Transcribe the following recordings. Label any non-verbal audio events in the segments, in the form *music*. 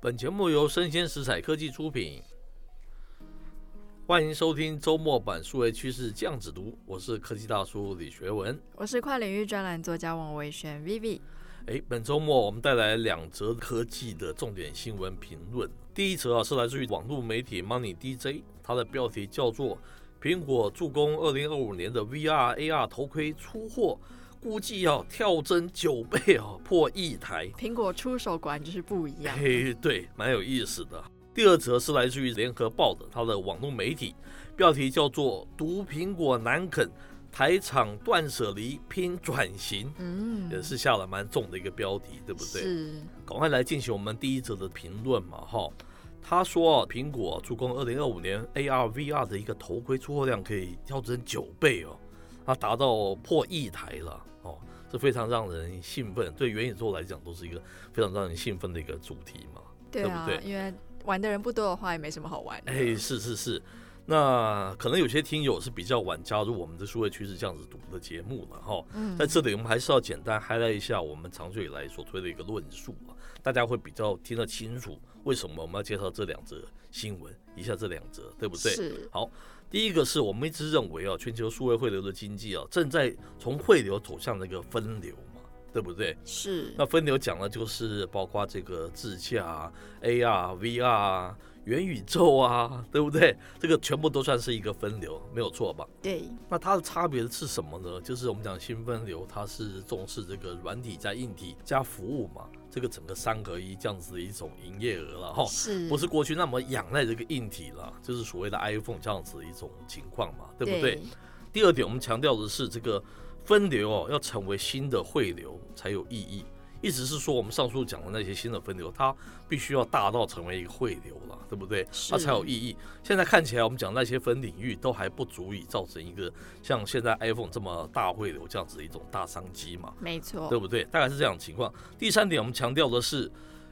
本节目由生鲜食材科技出品，欢迎收听周末版数位趋势酱子读，我是科技大叔李学文。我是跨领域专栏作家王维轩 Vivi。诶，本周末我们带来两则科技的重点新闻评论。第一则啊是来自于网络媒体 Money DJ，它的标题叫做“苹果助攻2025年的 VR AR 头盔出货，估计要跳增九倍哦，破亿台”。苹果出手果然就是不一样。嘿，对，蛮有意思的。第二则是来自于联合报的，它的网络媒体标题叫做“毒苹果难啃，台厂断舍离拼转型”，嗯，也是下了蛮重的一个标题，对不对？是赶快来进行我们第一则的评论嘛，哈。他说啊，苹果助攻二零二五年 AR VR 的一个头盔出货量可以跳增九倍哦，它达到破亿台了哦，是非常让人兴奋。对元宇宙来讲，都是一个非常让人兴奋的一个主题嘛。对啊，对不对因为玩的人不多的话，也没什么好玩的。哎，是是是，那可能有些听友是比较晚加入我们的数位趋势这样子读的节目了哈。嗯在这里，我们还是要简单 highlight 一下我们长久以来所推的一个论述啊，大家会比较听得清楚为什么我们要介绍这两则新闻，以下这两则，对不对？是好，第一个是我们一直认为啊，全球数位汇流的经济啊，正在从汇流走向那个分流嘛，对不对？是那分流讲的就是包括这个自驾、啊、AR、VR 啊、元宇宙啊，对不对？这个全部都算是一个分流，没有错吧？对，那它的差别是什么呢？就是我们讲新分流，它是重视这个软体加硬体加服务嘛，这个整个三合一这样子的一种营业额了哈。是哦不是过去那么仰赖这个硬体了，就是所谓的 iPhone 这样子的一种情况嘛，对不对？第二点，我们强调的是这个分流哦，要成为新的汇流才有意义。意思是说，我们上述讲的那些新的分流，它必须要大到成为一个汇流了，对不对？是它才有意义。现在看起来，我们讲那些分领域都还不足以造成一个像现在 iPhone 这么大汇流这样子的一种大商机嘛。没错对，不对？大概是这样的情况。第三点，我们强调的是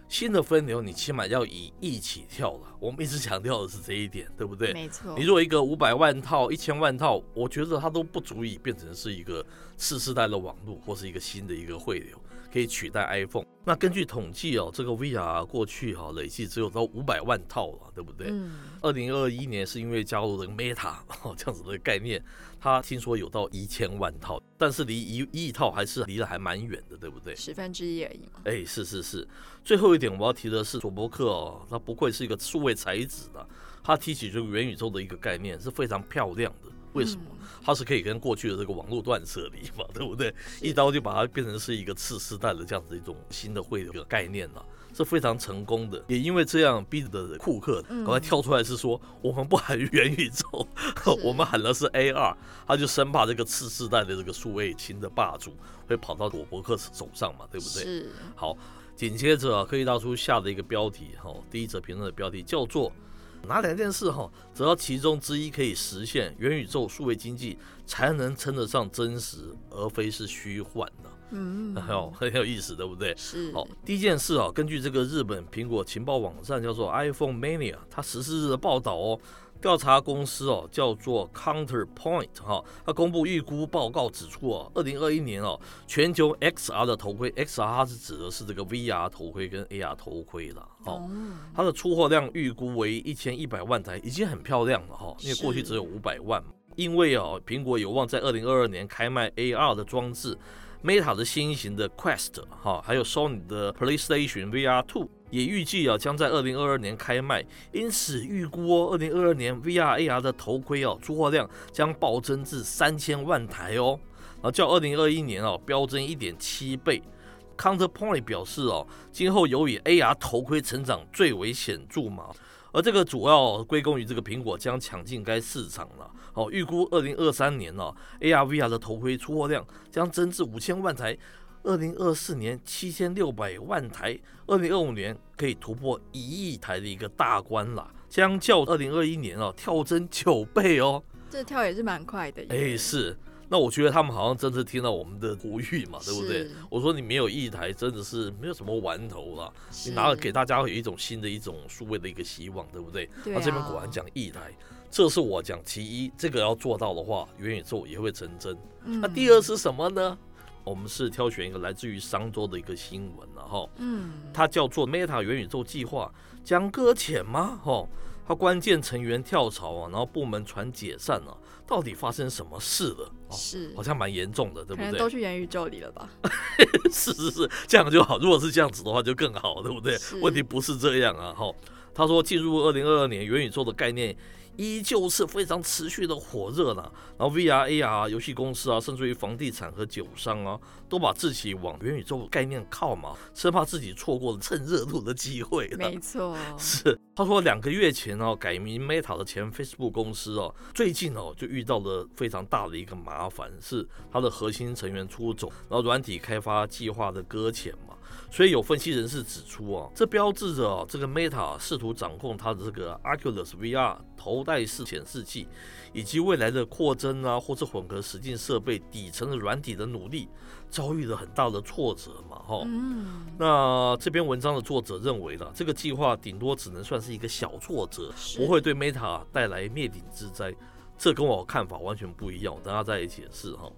新的分流，你起码要以亿起跳了。我们一直强调的是这一点，对不对？没错你，如果一个五百万套、一千万套，我觉得它都不足以变成是一个次世代的网络或是一个新的一个汇流，可以取代 iPhone。那根据统计哦，这个 VR 过去哈、累计只有到五百万套了，对不对？嗯，二零二一年是因为加入了 Meta 哦这样子的概念，它听说有到一千万套，但是离一亿套还是离得还蛮远的，对不对？十分之一而已嘛。哎，是是是。最后一点我要提的是，佐伯克哦，他不愧是一个数位才子的，他提起这个元宇宙的一个概念是非常漂亮的。为什么？嗯它是可以跟过去的这个网络断舍离嘛，对不对？一刀就把它变成是一个次世代的这样子一种新的会的概念了、是非常成功的。也因为这样，逼得库克嗯赶快跳出来是说，我们不喊元宇宙，我们喊的是 AR，他就生怕这个次世代的这个数位新的霸主会跑到我伯克手上嘛，对不对？是好，紧接着、啊、科技大叔下的一个标题哈、哦，第一则评论的标题叫做“哪两件事哈、只要其中之一可以实现，元宇宙数位经济才能称得上真实，而非是虚幻呢、 *laughs* 嗯，很有很有意思，对不对？是好，第一件事啊，根据这个日本苹果情报网站叫做 iPhone Mania，它十四日的报道哦，调查公司哦叫做 Counterpoint 哈、它公布预估报告指出哦，二零二一年哦，全球 XR 的头盔，XR 它是指的是这个 VR 头盔跟 AR 头盔啦。哦。哦，它的出货量预估为一千一百万台，已经很漂亮了哈、因为过去是只有五百万嘛。因为哦，苹果有望在二零二二年开卖 AR 的装置，Meta 的新型的 Quest 哈、还有 Sony 的 PlayStation VR Two 也预计啊将在二零二二年开卖，因此预估哦二零二二年 VR AR 的头盔哦出货量将暴增至三千万台哦，然后较二零二一年哦飙增一点七倍。Counterpoint 表示哦，今后由以 AR 头盔成长最为显著嘛。而这个主要归功于这个苹果将抢进该市场了。哦，预估二零二三年呢、a 啊 r VR 的头盔出货量将增至五千万台，二零二四年七千六百万台，二零二五年可以突破一亿台的一个大关啦，将较二零二一年哦跳增九倍哦。这跳也是蛮快的耶。哎，是。那我觉得他们好像真是听到我们的呼吁嘛，对不对是？我说你没有一台，真的是没有什么玩头啦。是你拿了给大家有一种新的一种数位的一个希望，对不对？对他这边啊果然讲一台，这是我讲其一，这个要做到的话，元宇宙也会成真。那第嗯二是什么呢？我们是挑选一个来自于商周的一个新闻了哈，嗯，它叫做 Meta 元宇宙计划，江搁浅吗？哈、它关键成员跳槽啊，然后部门传解散啊，到底发生什么事了？哦，是好，像蛮严重的，对可不能对都？去元宇宙里了吧？ *laughs* 是是是，这样就好。如果是这样子的话，就更好，对不对是？问题不是这样啊，哈。他说，进入二零二二年，元宇宙的概念依旧是非常持续的火热呢。然后 VR、AR 游戏公司啊，甚至于房地产和酒商啊，都把自己往元宇宙概念靠嘛，生怕自己错过了趁热度的机会啊啦。没错，是，他说两个月前哦，改名 Meta 的前 Facebook 公司哦，最近哦就遇到了非常大的一个麻烦，是它的核心成员出走，然后软体开发计划的搁浅嘛。所以有分析人士指出啊，这标志着哦，这个 Meta 试图掌控它的这个 Oculus VR 头戴式显示器，以及未来的扩增啊，或是混合实境设备底层的软体的努力，遭遇了很大的挫折嘛，哦哈、嗯，那这篇文章的作者认为呢，这个计划顶多只能算是一个小挫折，是不会对 Meta 带来灭顶之灾。这跟我看法完全不一样，我等下再来解释哈。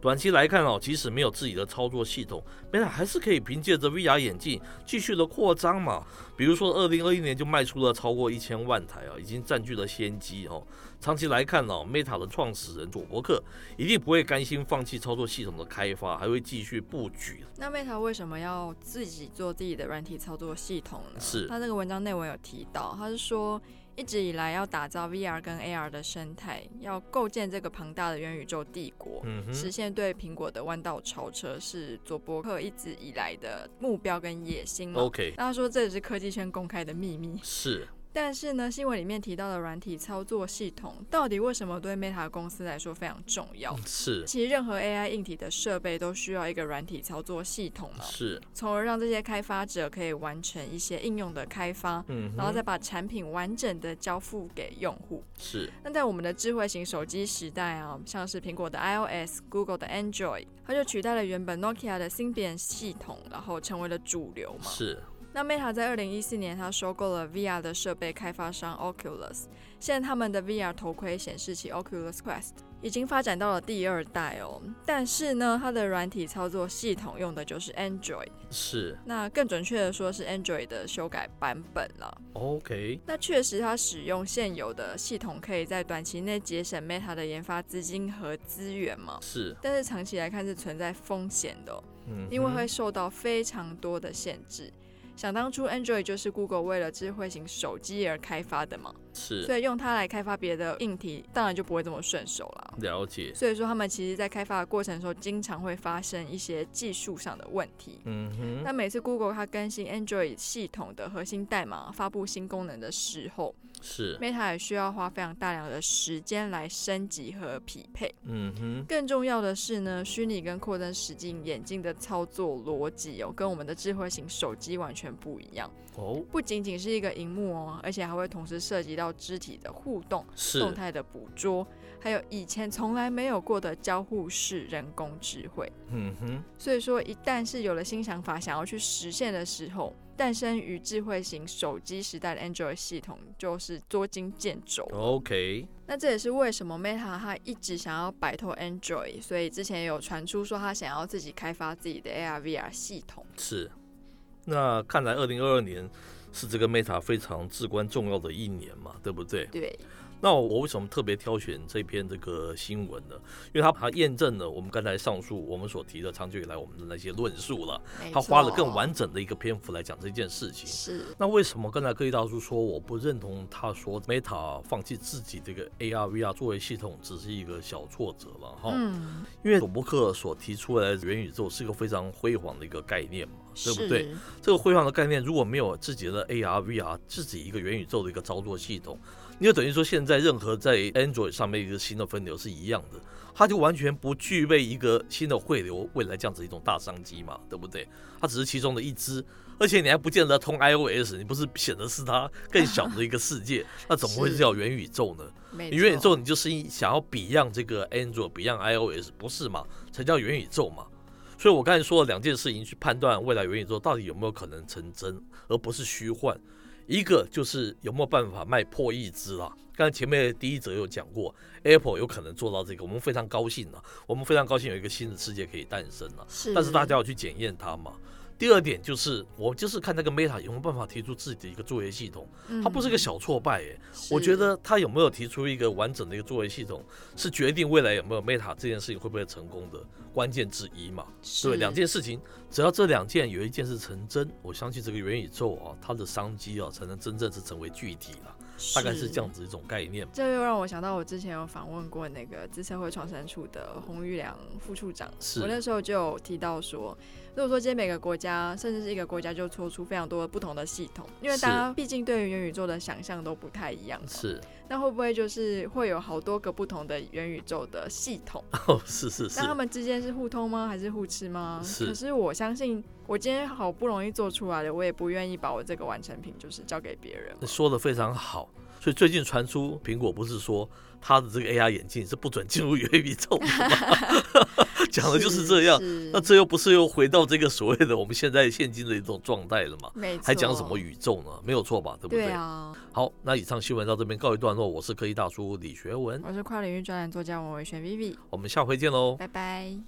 短期来看哦，即使没有自己的操作系统，Meta 还是可以凭借着 VR 眼镜继续的扩张嘛。比如说，二零二一年就卖出了超过一千万台啊，已经占据了先机哦。长期来看哦，Meta 的创始人佐伯克一定不会甘心放弃操作系统的开发，还会继续布局。那 Meta 为什么要自己做自己的软体操作系统呢？是他这个文章内文有提到，他是说一直以来要打造 VR 跟 AR 的生态，要构建这个庞大的元宇宙帝国。嗯哼，实现对苹果的弯道超车是佐伯克一直以来的目标跟野心嘛。 OK，那他说这也是科技圈公开的秘密。是但是呢，新闻里面提到的软体操作系统，到底为什么对 Meta 公司来说非常重要？是其实任何 AI 硬体的设备都需要一个软体操作系统嘛，是，从而让这些开发者可以完成一些应用的开发，嗯哼，然后再把产品完整的交付给用户。是那在我们的智慧型手机时代啊，像是苹果的 iOS、Google 的 Android，它就取代了原本 Nokia 的 Symbian 系统，然后成为了主流嘛。是那 Meta 在二零一四年，它收购了 VR 的设备开发商 Oculus，现在他们的 VR 头盔显示器 Oculus Quest 已经发展到了第二代哦。但是呢，它的软体操作系统用的就是 Android，是那更准确的说是 Android 的修改版本了。 ，OK，那确实，它使用现有的系统可以在短期内节省 Meta 的研发资金和资源嘛。是，但是长期来看是存在风险的哦、嗯，因为会，受到非常多的限制。想当初，Android 就是 Google 为了智慧型手机而开发的嘛，是所以用它来开发别的硬体，当然就不会这么顺手了。了解，所以说，他们其实在开发的过程的时候，经常会发生一些技术上的问题。嗯哼，那每次 Google 它更新 Android 系统的核心代码、发布新功能的时候是， ，Meta 也需要花非常大量的时间来升级和匹配。嗯哼，更重要的是呢，虚拟跟扩增实境眼镜的操作逻辑哦，跟我们的智慧型手机完全不一样。哦，不仅仅是一个荧幕哦，而且还会同时涉及到肢体的互动、是动态的捕捉，还有以前从来没有过的交互式人工智慧。嗯哼，所以说，一旦是有了新想法想要去实现的时候，诞生于智慧型手机时代的 Android 系统就是捉襟见哦肘。 ，OK，那这也是为什么 Meta 它一直想要摆脱 Android，所以之前也有传出说它想要自己开发自己的 AR VR 系统。是。那看来二零二二年是这个 Meta 非常至关重要的一年嘛，对不对？对，那我为什么特别挑选这篇这个新闻呢？因为它它验证了我们刚才上述我们所提的长久以来我们的那些论述了，没它错花了更完整的一个篇幅来讲这件事情。是那为什么刚才各位大叔说我不认同他说 Meta 放弃自己这个 AR VR 作为系统只是一个小挫折了哈？嗯，因为佐伯克所提出来的元宇宙是一个非常辉煌的一个概念嘛，对不对？是？这个辉煌的概念如果没有自己的 AR VR 自己一个元宇宙的一个操作系统，你就等于说现在任何在 Android 上面一个新的分流是一样的，它就完全不具备一个新的汇流未来这样子一种大商机嘛，对不对？它只是其中的一支，而且你还不见得通 iOS，你不是显得是它更小的一个世界，那怎么会是叫元宇宙呢？没你元宇错宙你就是一想要 Beyond 这个 Android Beyond iOS 不是嘛？才叫元宇宙嘛。所以我刚才说了两件事情去判断未来元宇宙到底有没有可能成真，而不是虚幻。一个就是有没有办法卖破亿只啦。刚才前面第一则有讲过，Apple 有可能做到这个，我们非常高兴啊，我们非常高兴有一个新的世界可以诞生啊。是，但是大家要去检验它嘛。第二点就是，我就是看那个 Meta 有没有办法提出自己的一个作业系统，它不是个嗯，小挫败耶、欸是我觉得它有没有提出一个完整的一个作业系统，是决定未来有没有 Meta 这件事情会不会成功的关键之一嘛。对，两，件事情，只要这两件有一件是成真，我相信这个元宇宙啊，它的商机啊，才能真正是成为具体了，是大概是这样。子一种概念。这又让我想到，我之前有访问过那个资策会创生处的洪玉良副处长，是我那时候就有提到说，如果说今天每个国家甚至是一个国家就做出非常多不同的系统，因为是大家毕竟对于元宇宙的想象都不太一样嘛，是，那会不会就是会有好多个不同的元宇宙的系统？ *laughs* 哦，是是是那，他们之间是互通吗？还是互吃吗？是可是我相信，我今天好不容易做出来的，我也不愿意把我这个完成品就是交给别人嘛。说的非常好。所以最近传出苹果不是说它的这个 AR 眼镜是不准进入元宇宙的吗？ *laughs* 讲的哦就是这样。是那这又不是又回到这个所谓的我们现在现今的一种状态了嘛？没错，还讲什么宇宙呢？没有错吧？对不对？对啊，好，那以上新闻到这边告一段落。我是科技大叔李学文，我是跨领域专栏作家王维轩 Vivi，我们下回见喽。拜拜。